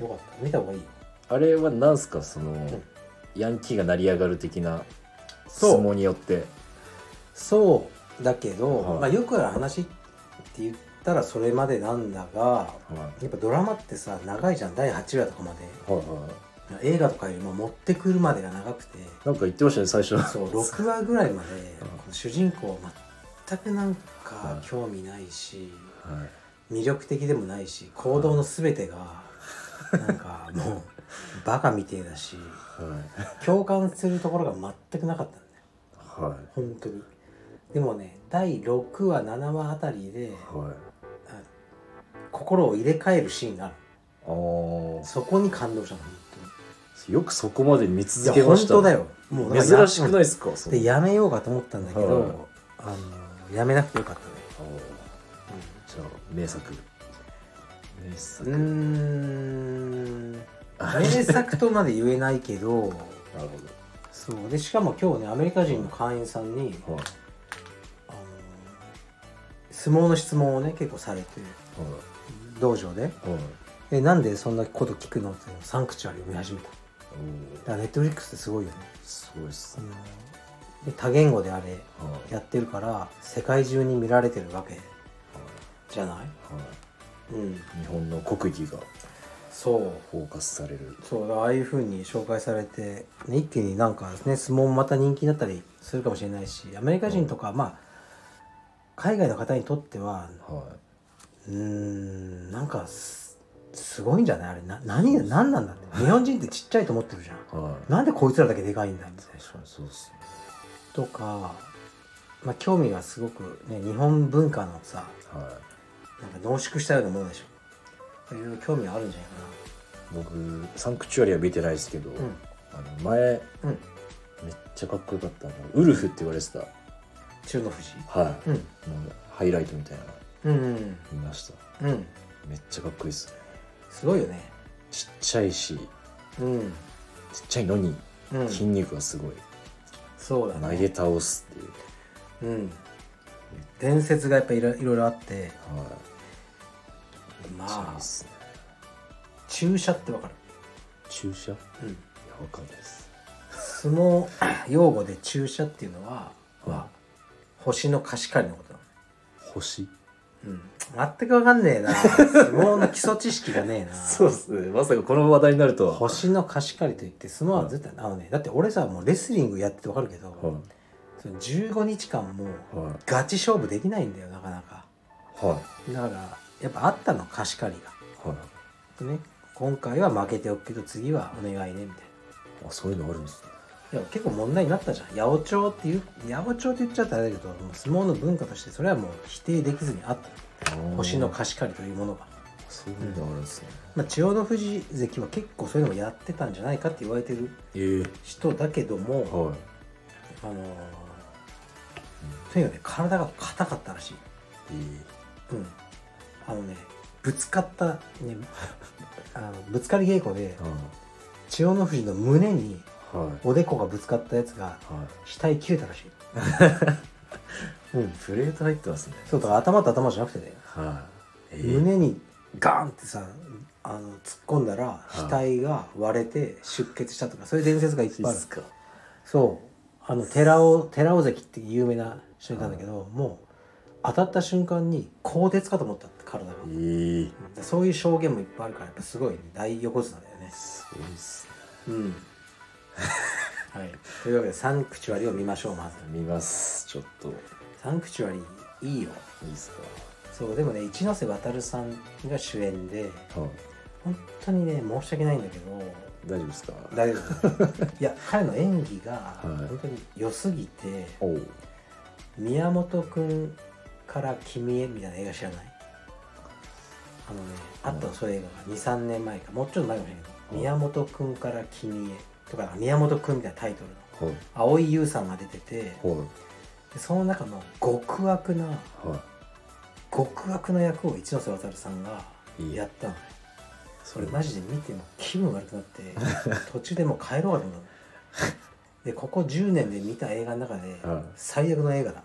Speaker 1: 良かった見た方がいいよ
Speaker 2: あれはなんすかその、
Speaker 1: ん
Speaker 2: ヤンキーが成り上がる的な
Speaker 1: そう
Speaker 2: 相撲によって
Speaker 1: そうだけど、
Speaker 2: はい
Speaker 1: まあ、よくある話って言ったらそれまでなんだが
Speaker 2: はいはい
Speaker 1: やっぱドラマってさ長いじゃん第8話とかまで
Speaker 2: は
Speaker 1: 映画とかよりも持ってくるまでが長くて
Speaker 2: いなんか言ってましたね最 初
Speaker 1: そう6話ぐらいまでこの主人公全くなんか興味ないし
Speaker 2: はい
Speaker 1: 魅力的でもないし行動の全てがなん かもうバカみてえだし
Speaker 2: はい
Speaker 1: 共感するところが全くなかったんだよ
Speaker 2: は
Speaker 1: 本当にでもね第6話7話あたりで
Speaker 2: いはい
Speaker 1: あ心を入れ替えるシーンがある
Speaker 2: あー
Speaker 1: そこに感動したの本
Speaker 2: よくそこまで見
Speaker 1: 当
Speaker 2: 続
Speaker 1: にい
Speaker 2: け
Speaker 1: や
Speaker 2: まし
Speaker 1: 本
Speaker 2: た
Speaker 1: 当だよもなんか
Speaker 2: 珍しくないですか、
Speaker 1: う
Speaker 2: そ
Speaker 1: ん
Speaker 2: の
Speaker 1: でやめようかと思ったんだけ
Speaker 2: はい
Speaker 1: どあのやめなくてよかったね
Speaker 2: あーじゃあ名作名作
Speaker 1: うーん名作とまで言えないけど
Speaker 2: なる
Speaker 1: そうでしかも今日ねアメリカ人の会員さんに、
Speaker 2: ほどはい
Speaker 1: あの相撲の質問をね結構されて道場で
Speaker 2: はいはい
Speaker 1: でなんでそんなこと聞くのってサンクチュアリ読み始めただ
Speaker 2: お
Speaker 1: からネットフリックスってすごいよね、
Speaker 2: ーすごいっす
Speaker 1: う
Speaker 2: ね
Speaker 1: んで多言語であれ
Speaker 2: はい
Speaker 1: やってるから世界中に見られてるわけ
Speaker 2: は
Speaker 1: じゃない
Speaker 2: いは
Speaker 1: うん
Speaker 2: い日本の国技が
Speaker 1: そう
Speaker 2: フォーカスされる
Speaker 1: そうああいう風に紹介されて、ね、一気になんかね相撲もまた人気になったりするかもしれないしアメリカ人とか、まあ海外の方にとっては
Speaker 2: は
Speaker 1: うーんなんかすすごいんじゃないあれな何が何なんだって日本人ってちっちゃいと思ってるじゃん
Speaker 2: いはい
Speaker 1: なんでこいつらだけでかいんだみたいな
Speaker 2: 確かにそうっすね
Speaker 1: とか、まあ、興味がすごく、ね、日本文化のさ
Speaker 2: はい
Speaker 1: なんか濃縮したようなものでしょいろいろ興味があるんじゃない
Speaker 2: 僕サンクチュアリは見てないですけど、
Speaker 1: ん
Speaker 2: あの前
Speaker 1: かなうん
Speaker 2: めっちゃかっこよかったあのウルフって言われてた
Speaker 1: 中の富士
Speaker 2: はい、
Speaker 1: うん
Speaker 2: のハイライトみたいなの
Speaker 1: うん
Speaker 2: 見ました
Speaker 1: うんうん
Speaker 2: めっちゃかっこいいっすね
Speaker 1: すごいよね
Speaker 2: ちっちゃいしちっ
Speaker 1: うん
Speaker 2: ちゃいのに
Speaker 1: うん
Speaker 2: 筋肉がすごい、
Speaker 1: そうだ
Speaker 2: 投
Speaker 1: ね
Speaker 2: げ倒すっていう、
Speaker 1: うん伝説がやっぱいろいろいろあって
Speaker 2: はいめっちゃいい
Speaker 1: ま
Speaker 2: っ
Speaker 1: あ
Speaker 2: すね
Speaker 1: 注射ってわかる
Speaker 2: 注射いや
Speaker 1: うん
Speaker 2: わかんないです
Speaker 1: 相撲用語で注射っていうのは、
Speaker 2: は
Speaker 1: 星の貸し借りのことな
Speaker 2: 星
Speaker 1: のうん全く分かんねえな相撲の基礎知識がねえな
Speaker 2: そうですねまさかこの話題になるとは
Speaker 1: 星の貸し借りといって相撲は絶対あのねだって俺さもうレスリングやってて分かるけど、
Speaker 2: は
Speaker 1: その15日間も
Speaker 2: いは
Speaker 1: ガチ勝負できないんだよなかなか
Speaker 2: いはい
Speaker 1: だからやっぱあったの貸し借りが
Speaker 2: はい
Speaker 1: でね今回は負けておくけど次はお願いねみたいな
Speaker 2: あそういうのあるんですね
Speaker 1: いや結構問題になったじゃん八百長っていう八百長って言っちゃったらあれだけどもう相撲の文化としてそれはもう否定できずにあった
Speaker 2: あー
Speaker 1: 星の貸し借りというものが、
Speaker 2: そういうのあるんですね、
Speaker 1: まあ、千代の富士関は結構そういうのをやってたんじゃないかって言われてる
Speaker 2: え
Speaker 1: 人だけども、
Speaker 2: えはい
Speaker 1: あのーとにかくね体が硬かったらしい
Speaker 2: え
Speaker 1: うんあのねぶつかった、ね、 あのぶつかり稽古で
Speaker 2: えはい
Speaker 1: 千代の富士の胸に
Speaker 2: はい
Speaker 1: おでこがぶつかったやつが
Speaker 2: はい
Speaker 1: 額切れたらしい
Speaker 2: うんプレート入ってますね
Speaker 1: そうだから頭と頭じゃなくてね
Speaker 2: はい、ええ
Speaker 1: 胸にガーンってさあの突っ込んだら額が割れて出血したとかそういう伝説がいっぱいある
Speaker 2: か
Speaker 1: そうあの寺尾寺尾関っていう有名な人いたんだけど、もう当たった瞬間に鋼鉄かと思ったって体が、
Speaker 2: ええ
Speaker 1: うんそういう証言もいっぱいあるからやっぱすごい、大横綱だよね
Speaker 2: すごいっすね
Speaker 1: うん はいというわけで三口割りを見ましょうまず
Speaker 2: 見ますちょっと
Speaker 1: 三口割りいいよ
Speaker 2: いいっす
Speaker 1: そうでもね一ノ瀬渉さんが主演で
Speaker 2: かはい
Speaker 1: 本当にね申し訳ないんだけど
Speaker 2: 大丈夫ですか
Speaker 1: 大丈 夫いや彼の演技が
Speaker 2: い
Speaker 1: 本当に良すぎて、
Speaker 2: おお
Speaker 1: 宮本君から君へみたいな映画知らないあのねあったのそういう映画が23年前かもうちょっと前かもしれないけど
Speaker 2: うん
Speaker 1: 宮本君から君へとか宮本君みたいなタイトルの
Speaker 2: は
Speaker 1: 蒼
Speaker 2: い
Speaker 1: 井優さんが出ててで
Speaker 2: はい
Speaker 1: その中の極悪な
Speaker 2: は
Speaker 1: 極悪な役を一ノ瀬渉さんが
Speaker 2: いい
Speaker 1: やったのねそれ
Speaker 2: うん
Speaker 1: マジで見ても気分悪くなって途中でもう帰 ろうかと思ったのでここ10年で見た映画の中で
Speaker 2: はい
Speaker 1: 最悪の映画だ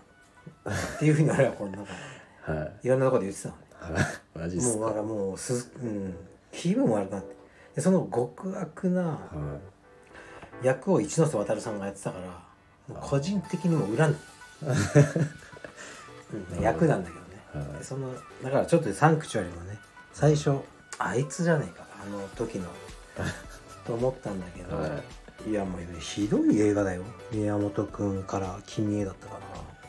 Speaker 1: っていうふうに俺はこの中で
Speaker 2: はい
Speaker 1: いろんなところで言ってたのね
Speaker 2: はいマジっ
Speaker 1: も
Speaker 2: す
Speaker 1: うだ
Speaker 2: か
Speaker 1: からもうす、うん、気分悪くなってでその極悪な
Speaker 2: は
Speaker 1: 役を一ノ瀬渉さんがやってたからもう個人的にも恨んで、 うん、役なんだけどね
Speaker 2: いは
Speaker 1: で
Speaker 2: い
Speaker 1: そのだからちょっと三口よりもね最初あいつじゃねえかあの時 のと思ったんだけど、、
Speaker 2: はい
Speaker 1: やもうひどい映画だよ宮本君から君へだったから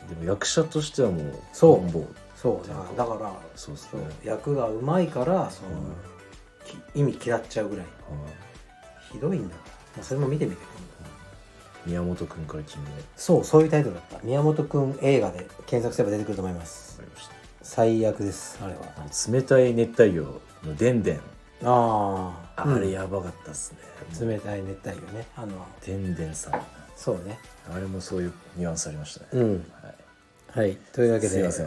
Speaker 2: でも役者としてはもう
Speaker 1: そう
Speaker 2: ボンボ
Speaker 1: そうだからだから
Speaker 2: そうっす
Speaker 1: そう
Speaker 2: ね
Speaker 1: 役がうまいからその、
Speaker 2: はい
Speaker 1: き意味嫌っちゃうぐらい
Speaker 2: はい
Speaker 1: ひどいんだから、まあ、それも見てみて今度
Speaker 2: 宮本くんから君へわ
Speaker 1: そうそういうタイトルだった宮本君映画で検索すれば出てくると思います
Speaker 2: かりました
Speaker 1: 最悪ですあれは
Speaker 2: 冷たい熱帯魚のでんでん
Speaker 1: ああ、
Speaker 2: あれやばかったっすね、
Speaker 1: うん冷たい熱帯魚ねあの
Speaker 2: でんでんさん
Speaker 1: そうね
Speaker 2: あれもそういうニュアンスありましたね、
Speaker 1: うん
Speaker 2: はい
Speaker 1: はいというわけ
Speaker 2: す
Speaker 1: で
Speaker 2: い
Speaker 1: もう
Speaker 2: ませ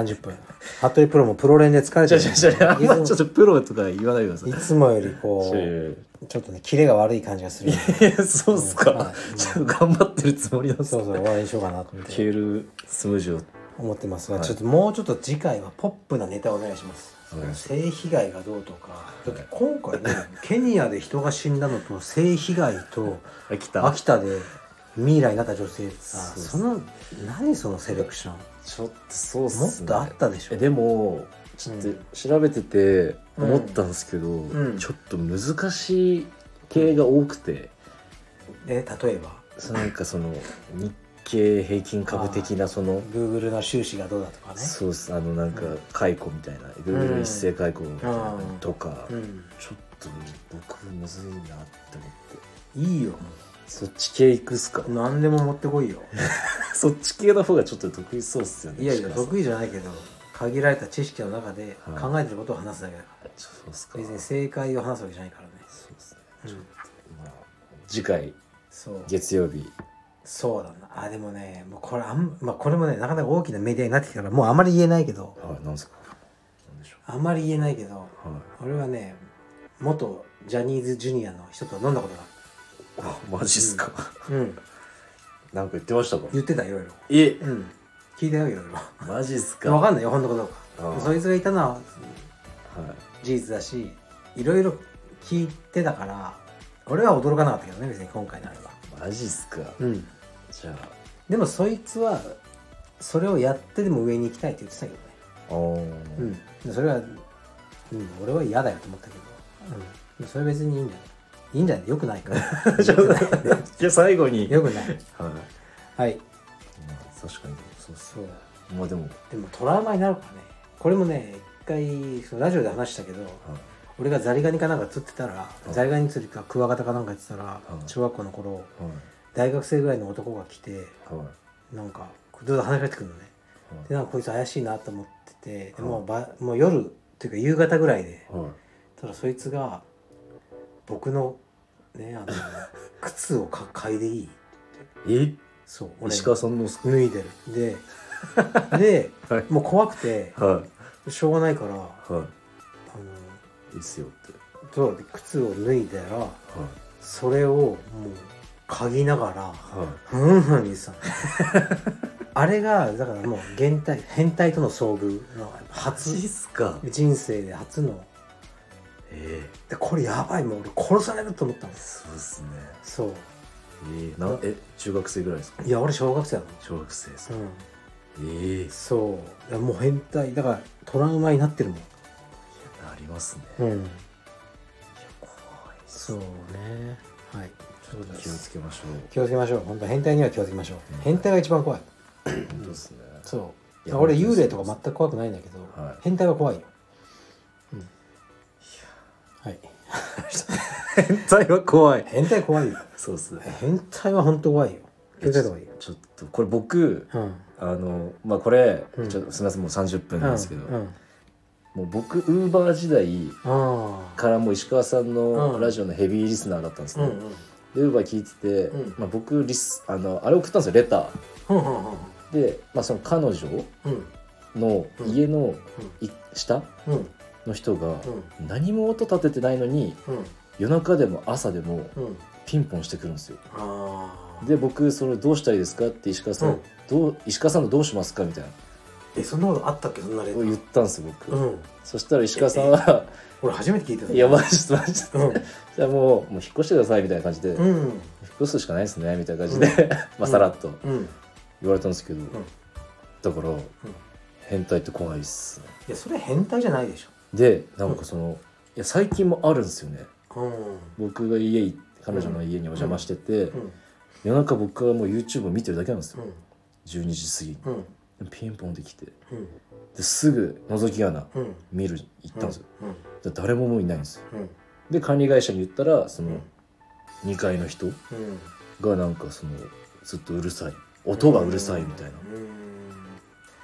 Speaker 2: ん
Speaker 1: 30分服部プロもプロ連で疲れて
Speaker 2: じゃ
Speaker 1: る
Speaker 2: じゃじゃあんまちょっとプロとか言わないでください
Speaker 1: いつもよりこ
Speaker 2: 違う
Speaker 1: うちょっとねキレが悪い感じがするんで
Speaker 2: いやそうっすか、
Speaker 1: はい
Speaker 2: ちょっと頑張ってるつもりなんです
Speaker 1: そ
Speaker 2: け
Speaker 1: うそう終わりにしようかなと思っ
Speaker 2: ど
Speaker 1: て
Speaker 2: ケールスムージーを
Speaker 1: 思ってますが、
Speaker 2: はい
Speaker 1: ちょっともうちょっと次回はポップなネタをお願いします
Speaker 2: わかりまし
Speaker 1: 性被害がどうとかだって今回ねケニアで人が死んだのと性被害と
Speaker 2: あ来た
Speaker 1: 秋田でミイラになった女性さ
Speaker 2: そう
Speaker 1: その何そのセレクション
Speaker 2: ちょっとそうっすね
Speaker 1: もっとあったでしょ
Speaker 2: えでもちょっと調べてて思ったんですけど、
Speaker 1: うん
Speaker 2: ちょっと難しい系が多くて、
Speaker 1: え例えば
Speaker 2: そのなんかその日経平均株的なその
Speaker 1: Google の収支がどうだとかね
Speaker 2: そうっすあのなんか
Speaker 1: うん
Speaker 2: 解雇みたいな、いろいろ一斉解雇みたいなのとか、
Speaker 1: うん
Speaker 2: ちょっと僕むずいなって思って
Speaker 1: いいよ
Speaker 2: そっち系いくっすか、
Speaker 1: 何でも持ってこいよ
Speaker 2: そっち系の方がちょっと得意そうっすよね
Speaker 1: いやいや
Speaker 2: 石川さん
Speaker 1: 得意じゃないけど限られた知識の中で
Speaker 2: はい
Speaker 1: 考えてることを話すだけだから、
Speaker 2: そうっすか
Speaker 1: 別に正解を話すわけじゃないからね、
Speaker 2: そうっすね
Speaker 1: うん、
Speaker 2: まあ次回
Speaker 1: そう
Speaker 2: 月曜日
Speaker 1: そうだなあでもねもうこれあん、まあ、これもねなかなか大きなメディアになってきたからもうあまり言えないけど
Speaker 2: はいなんですかなんでしょ
Speaker 1: あまり言えないけど
Speaker 2: うはい
Speaker 1: 俺はね元ジャニーズジュニアの人と飲んだことが
Speaker 2: あマジっすか、
Speaker 1: あるうん
Speaker 2: なんか言ってましたか
Speaker 1: 言ってたいろいろ
Speaker 2: え
Speaker 1: うん聞いたよいろい
Speaker 2: マジっす
Speaker 1: ろ
Speaker 2: か
Speaker 1: 分
Speaker 2: は
Speaker 1: かんないよほんのこと
Speaker 2: あ
Speaker 1: か
Speaker 2: あ
Speaker 1: そいつがいたのはい事実だしいろいろ聞いてたから俺は驚かなかったけどね別に今回のあれは
Speaker 2: ママジっすか、
Speaker 1: うん
Speaker 2: じゃ
Speaker 1: でもそいつはそれをやってでも上に行きたいって言ってたけどね
Speaker 2: あおー、
Speaker 1: うんでそれは、うん、俺は嫌だよと思ったけど、うん、それ別にいいんじゃないいいんじゃないよくないから
Speaker 2: じゃあいや最後に
Speaker 1: よくない
Speaker 2: はい、ま
Speaker 1: はい
Speaker 2: あ確かにそうっす
Speaker 1: そうだ
Speaker 2: まあでも、はい、
Speaker 1: でもトラウマになるからねこれもね一回そのラジオで話したけど俺がザリガニかなんか釣ってたら、
Speaker 2: うん
Speaker 1: ザリガニ釣りかクワガタかなんかやってたら、
Speaker 2: うん
Speaker 1: 小学校の頃
Speaker 2: はい
Speaker 1: 大学生ぐらいの男が来て
Speaker 2: はいは
Speaker 1: なんかどうぞ話しかけてくるのね
Speaker 2: い
Speaker 1: でなんかこいつ怪しいなと思っててで
Speaker 2: うん
Speaker 1: もうばもう夜っていうか夕方ぐらいで
Speaker 2: はい
Speaker 1: ただそいつが僕のね あの靴をか嗅いでいい
Speaker 2: え
Speaker 1: そう
Speaker 2: 石川さんのス
Speaker 1: 脱いでる でで
Speaker 2: はい
Speaker 1: もう怖くて
Speaker 2: は
Speaker 1: しょうがないからあ
Speaker 2: いは
Speaker 1: の
Speaker 2: いいいっすよって
Speaker 1: そうで靴を脱いだら
Speaker 2: は
Speaker 1: それをもう嗅ぎながら
Speaker 2: いはい
Speaker 1: ふんふん言ってたのあれがだからもう現体変態との遭遇の初
Speaker 2: っすか
Speaker 1: 人生で初の
Speaker 2: え
Speaker 1: でこれやばいもう俺殺されると思ったん
Speaker 2: え
Speaker 1: です
Speaker 2: そうっすね
Speaker 1: そう
Speaker 2: ええなえ中学生ぐらいですか
Speaker 1: いや俺小学生だもん
Speaker 2: 小学生ですか
Speaker 1: うん
Speaker 2: ええ
Speaker 1: そういやもう変態だからトラウマになってるも
Speaker 2: ありますね
Speaker 1: んうん
Speaker 2: 怖いっす
Speaker 1: そうねはい
Speaker 2: ちょっと気をつけましょう
Speaker 1: 気をつけましょう本当変態には気をつけましょう
Speaker 2: うん
Speaker 1: 変態が一番怖い
Speaker 2: 本当っすね
Speaker 1: そう
Speaker 2: い
Speaker 1: い
Speaker 2: や
Speaker 1: や俺
Speaker 2: 本当に
Speaker 1: 幽
Speaker 2: そう
Speaker 1: 霊とか全く怖くないんだけど、
Speaker 2: はい
Speaker 1: 変態が怖いよ、うん、はい
Speaker 2: 変態は怖い
Speaker 1: 変態怖いよ
Speaker 2: そうっすね
Speaker 1: 変態は本当怖いよ気をつけた方がいいよ
Speaker 2: ちょっとこれ僕
Speaker 1: うん
Speaker 2: あのまあこれ
Speaker 1: うん
Speaker 2: ちょっとすみませんもう30分なんですけど
Speaker 1: うんうん、
Speaker 2: もう僕ウーバー時代
Speaker 1: ああ
Speaker 2: からもう石川さん
Speaker 1: う
Speaker 2: の
Speaker 1: ん
Speaker 2: ラジオのヘビーリスナーだったんです
Speaker 1: うん
Speaker 2: ね
Speaker 1: うんうん
Speaker 2: でウーバー聞いてて、
Speaker 1: うん
Speaker 2: まあ、僕リスあのあれ送ったんですよレタ
Speaker 1: うん
Speaker 2: ーで、まあ、その彼女
Speaker 1: うん
Speaker 2: の家のい下
Speaker 1: うんうん
Speaker 2: の人が
Speaker 1: うん
Speaker 2: 何も音立ててないのに
Speaker 1: うん
Speaker 2: 夜中でも朝でも
Speaker 1: うん
Speaker 2: ピンポンしてくるんですよ
Speaker 1: ああ
Speaker 2: で僕それどうしたらいいですかって石川さ
Speaker 1: う
Speaker 2: ん、
Speaker 1: ん
Speaker 2: どう石川さんのどうしますかみたいな
Speaker 1: えそんなことあったっけそんなレタ
Speaker 2: を言っ
Speaker 1: ー
Speaker 2: たんですよ僕、
Speaker 1: うん
Speaker 2: そしたら石川さんは
Speaker 1: 俺初めて聞いた
Speaker 2: 「いやマジマジじ
Speaker 1: うん
Speaker 2: ゃあもうもう引っ越してください」みたいな感じで「
Speaker 1: う
Speaker 2: 引っ
Speaker 1: ん
Speaker 2: 越すしかないですね」みたいな感じで、 まあさらっと
Speaker 1: うん
Speaker 2: 言われたんですけど、だから、
Speaker 1: うん
Speaker 2: 変態って怖いっすね
Speaker 1: いやそれ変態じゃないでし
Speaker 2: でなんかその、いや最近もあるんですよね
Speaker 1: ょうん
Speaker 2: 僕が家い彼女の家にお邪魔してて、
Speaker 1: うん
Speaker 2: 夜中僕はもう YouTube を見てるだけなんです
Speaker 1: う
Speaker 2: よ、
Speaker 1: ん
Speaker 2: 12時過
Speaker 1: うん
Speaker 2: ぎピンポンできて
Speaker 1: うん
Speaker 2: ですぐ覗き穴
Speaker 1: うん
Speaker 2: 見る行ったんですよ、
Speaker 1: うん
Speaker 2: で誰ももういないんですよ
Speaker 1: うん
Speaker 2: で管理会社に言ったらそうの
Speaker 1: ん
Speaker 2: 2階の人
Speaker 1: うん
Speaker 2: がなんかそのずっとうるさい音がうるさいみたいな
Speaker 1: うん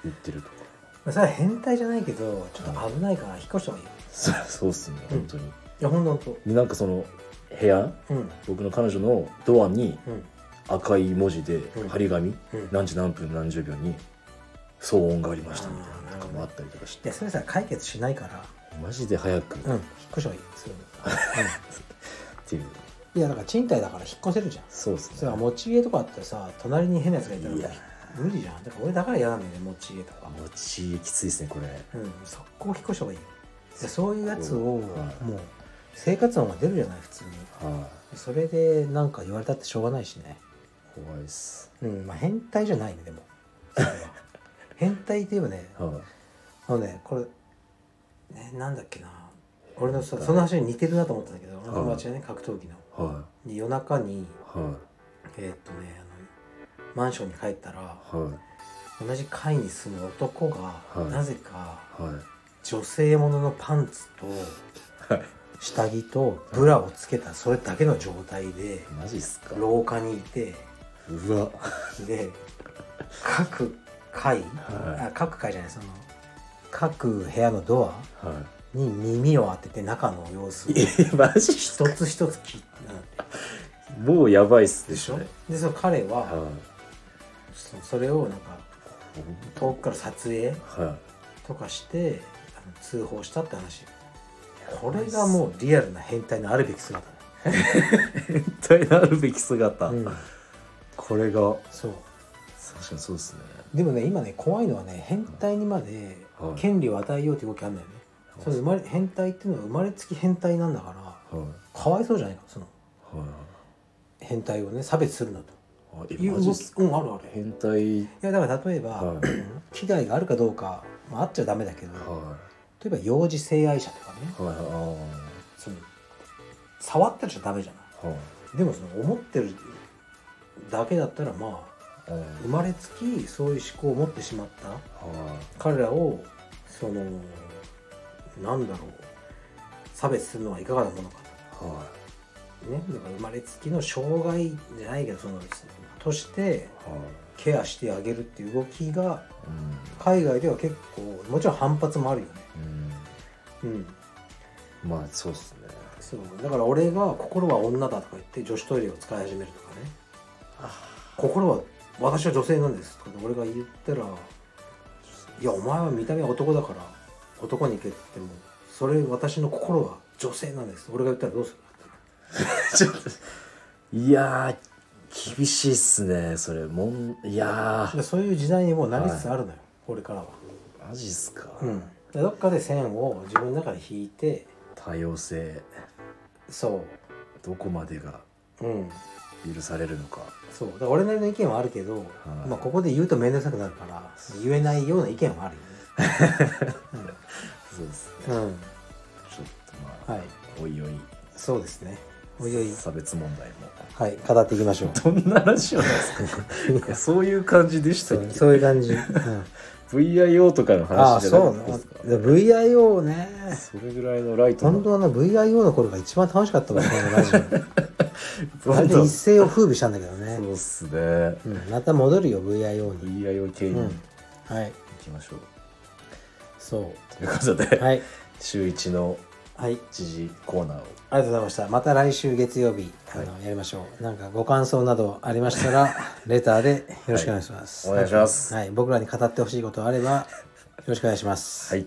Speaker 2: 言ってるとか、
Speaker 1: まあそれは変態じゃないけどちょっと危ないから引っ越した方がいいよ
Speaker 2: そそうっすね本当に、
Speaker 1: いやほんとほん
Speaker 2: でなんかその部屋
Speaker 1: とうん
Speaker 2: 僕の彼女のドアに
Speaker 1: うん
Speaker 2: 赤い文字で
Speaker 1: うん
Speaker 2: 張り紙、
Speaker 1: うん
Speaker 2: 何時何分何十秒に騒音がありましたみたいな
Speaker 1: あー
Speaker 2: なんかもあったりとかし
Speaker 1: い
Speaker 2: て
Speaker 1: やそれさ解決しないから
Speaker 2: マジで早くっ
Speaker 1: うん引っ越した方がいいそういうの
Speaker 2: ていう、
Speaker 1: いやだから賃貸だから引っ越せるじゃん
Speaker 2: そうっすね
Speaker 1: それは持ち家とかあってさ隣に変なやつがいたら
Speaker 2: いや
Speaker 1: 無理じゃんだから俺だから嫌なんだよね持ち家とか
Speaker 2: 持ち家きついですねこれ
Speaker 1: うん速攻引っ越した方がいいよでそういうやつをもう
Speaker 2: はい
Speaker 1: 生活音が出るじゃない普通に
Speaker 2: は
Speaker 1: それでなんか言われたってしょうがないしね
Speaker 2: い怖いっす
Speaker 1: うんまあ変態じゃないねでもそれは 変態といえばね
Speaker 2: は
Speaker 1: あのねこれねなんだっけな俺のさその話に似てるなと思ったんだけど俺の友達がね格闘技の
Speaker 2: いは
Speaker 1: で夜中に
Speaker 2: いは
Speaker 1: えーっとねあのマンションに帰ったら
Speaker 2: いは
Speaker 1: 同じ階に住む男が、
Speaker 2: い
Speaker 1: なぜか
Speaker 2: いはい
Speaker 1: 女性もののパンツと下着とブラをつけたそれだけの状態で
Speaker 2: マジっすか
Speaker 1: 廊下にいて
Speaker 2: うわ
Speaker 1: で各階、
Speaker 2: は
Speaker 1: あ各階じゃないその各部屋のドア
Speaker 2: は
Speaker 1: に耳を当てて中の様子を
Speaker 2: いえマジっす
Speaker 1: 一
Speaker 2: か
Speaker 1: つ一つ聞いて
Speaker 2: もうやばいっすね
Speaker 1: でし
Speaker 2: そ
Speaker 1: ょ
Speaker 2: れ
Speaker 1: でその彼は
Speaker 2: は
Speaker 1: そそれをなんか遠くから撮影
Speaker 2: いは
Speaker 1: とかしてあの通報したって話これがもうリアルな変態のあるべき姿
Speaker 2: い変態なるべき姿、
Speaker 1: だ、うん、
Speaker 2: これが
Speaker 1: そう
Speaker 2: 確かにそうっすね
Speaker 1: でもね今ね怖いのはね変態にまで
Speaker 2: はい
Speaker 1: 権利を与えようという動きあるんだよね、その生まれ変態っていうのは生まれつき変態なんだから
Speaker 2: はい
Speaker 1: かわいそうじゃないかその
Speaker 2: はい
Speaker 1: 変態をね差別するな
Speaker 2: あ
Speaker 1: と
Speaker 2: え
Speaker 1: いう
Speaker 2: マ
Speaker 1: 動
Speaker 2: ジっ
Speaker 1: き
Speaker 2: すか
Speaker 1: うんあるあるい
Speaker 2: 変態
Speaker 1: やだから例えば、
Speaker 2: は
Speaker 1: 危害があるかどうか、まあ、あっちゃダメだけど、
Speaker 2: は
Speaker 1: 例えば幼児性愛者とかね
Speaker 2: いはいはい
Speaker 1: その触ったりしちゃダメじゃな
Speaker 2: あーはい
Speaker 1: いでもその思ってるだけだったらまあ
Speaker 2: あー
Speaker 1: 生まれつきそういう思考を持ってしまった
Speaker 2: は
Speaker 1: 彼らをそのなんだろう差別するのはいかがなものか
Speaker 2: いは
Speaker 1: とねだから生まれつきの障害じゃないけどそのとして
Speaker 2: いは
Speaker 1: ケアしてあげるっていう動きが
Speaker 2: いうん
Speaker 1: 海外では結構もちろん反発もあるよね
Speaker 2: うん
Speaker 1: うん
Speaker 2: まあそうっすね
Speaker 1: そうだから俺が「心は女だ」とか言って女子トイレを使い始めるとかね「心は私は女性なんです」とかって俺が言ったら「いやお前は見た目は男だから男に行け」って言っても「それ私の心は女性なんです」俺が言ったらどうする
Speaker 2: ちょっといやー厳しいっすねそれもんいやー
Speaker 1: でそういう時代にもうなりつつあるのよ、これからは。
Speaker 2: マジっすか、
Speaker 1: うん、でどっかで線を自分の中で引いて
Speaker 2: 多様性
Speaker 1: そ
Speaker 2: どこまでが
Speaker 1: ううん
Speaker 2: 許されるのか
Speaker 1: そうだから俺なりの意見はあるけど、
Speaker 2: はい
Speaker 1: まあ、ここで言うと面倒くさくなるから言えないような意見はあるよね。
Speaker 2: そうですね
Speaker 1: うん、うん
Speaker 2: ちょっとまあ、
Speaker 1: はい、
Speaker 2: おいおい
Speaker 1: そうですね。おいおい、
Speaker 2: 差別問題も
Speaker 1: はい、語っていきましょう。
Speaker 2: どんなラジオなんですかそういう感じでした
Speaker 1: そ
Speaker 2: っ
Speaker 1: う
Speaker 2: け
Speaker 1: そういう感じ。うん、
Speaker 2: VIO とかの
Speaker 1: ああ、
Speaker 2: 話じゃ
Speaker 1: そ
Speaker 2: な
Speaker 1: う
Speaker 2: い
Speaker 1: な
Speaker 2: ですか。
Speaker 1: VIO ね。
Speaker 2: それぐらいのライト
Speaker 1: 本
Speaker 2: な
Speaker 1: 当はの VIO の頃が一番楽しかったわ、このラ ジオ。あれで
Speaker 2: どんどん
Speaker 1: 一
Speaker 2: そ
Speaker 1: 世を風靡したんだけど
Speaker 2: う
Speaker 1: ね。
Speaker 2: っすね
Speaker 1: うん、また戻るよ、VIO に。
Speaker 2: VIO 系に
Speaker 1: う
Speaker 2: 行
Speaker 1: んはい。
Speaker 2: きましょう、
Speaker 1: そ
Speaker 2: ということで、
Speaker 1: う。はい。
Speaker 2: 週一の
Speaker 1: はい。
Speaker 2: 時事コーナーを
Speaker 1: ありがとうございました。また来週月曜日、あの、やりましょう。なんかご感想などありました ら、レターでよろしくお願いします。
Speaker 2: お願いします
Speaker 1: はい。僕らに語ってほしいことあれば、よろしくお願いします。
Speaker 2: はい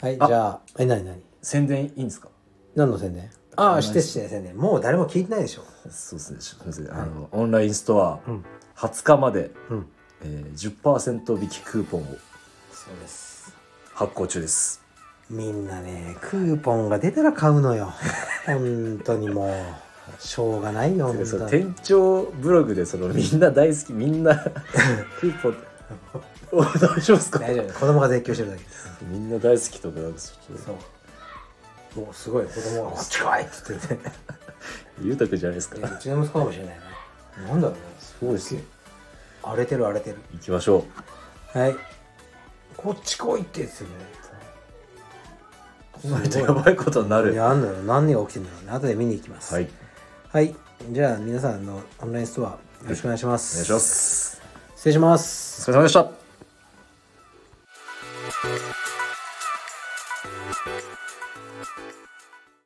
Speaker 1: はい、じゃあ、え、なになに
Speaker 2: 宣伝いいんですか
Speaker 1: 何の宣伝ああ、してして宣伝。もう誰も聞いてないでしょ。
Speaker 2: そうですねすいませんあのオンラインストア
Speaker 1: ん
Speaker 2: 20日まで、
Speaker 1: うん。
Speaker 2: えー、10%引きクーポンを
Speaker 1: そうです。
Speaker 2: 発行中です
Speaker 1: みんなね、クーポンが出たら買うの よ。本当にもう、しょうがないよ、本
Speaker 2: その
Speaker 1: 当に。
Speaker 2: 店長ブログでそのみんな大好きみんな クーポンお大丈夫ですか
Speaker 1: 大丈夫。子供が絶叫してるだけです。
Speaker 2: みんな大好きとかなんかちょっと
Speaker 1: そう。もうすごい、子供がこっち来いって言ってて。
Speaker 2: ゆうたくんじゃないですか
Speaker 1: うちの息子かもしれないね。なんだろうね。
Speaker 2: そうですね
Speaker 1: 荒れてる荒れてる。
Speaker 2: 行きましょう
Speaker 1: はい。こっち来いって言ってたよね。
Speaker 2: 意 外 とやばいことにないる
Speaker 1: や、あんだろう。何が起きてんだろうね。後で見に行きます。
Speaker 2: はいよ
Speaker 1: はい。じゃあ皆さんのオンラインストアよろしくお願いします。
Speaker 2: ろしくお願いしま。す
Speaker 1: 失礼します。
Speaker 2: お疲れ様でした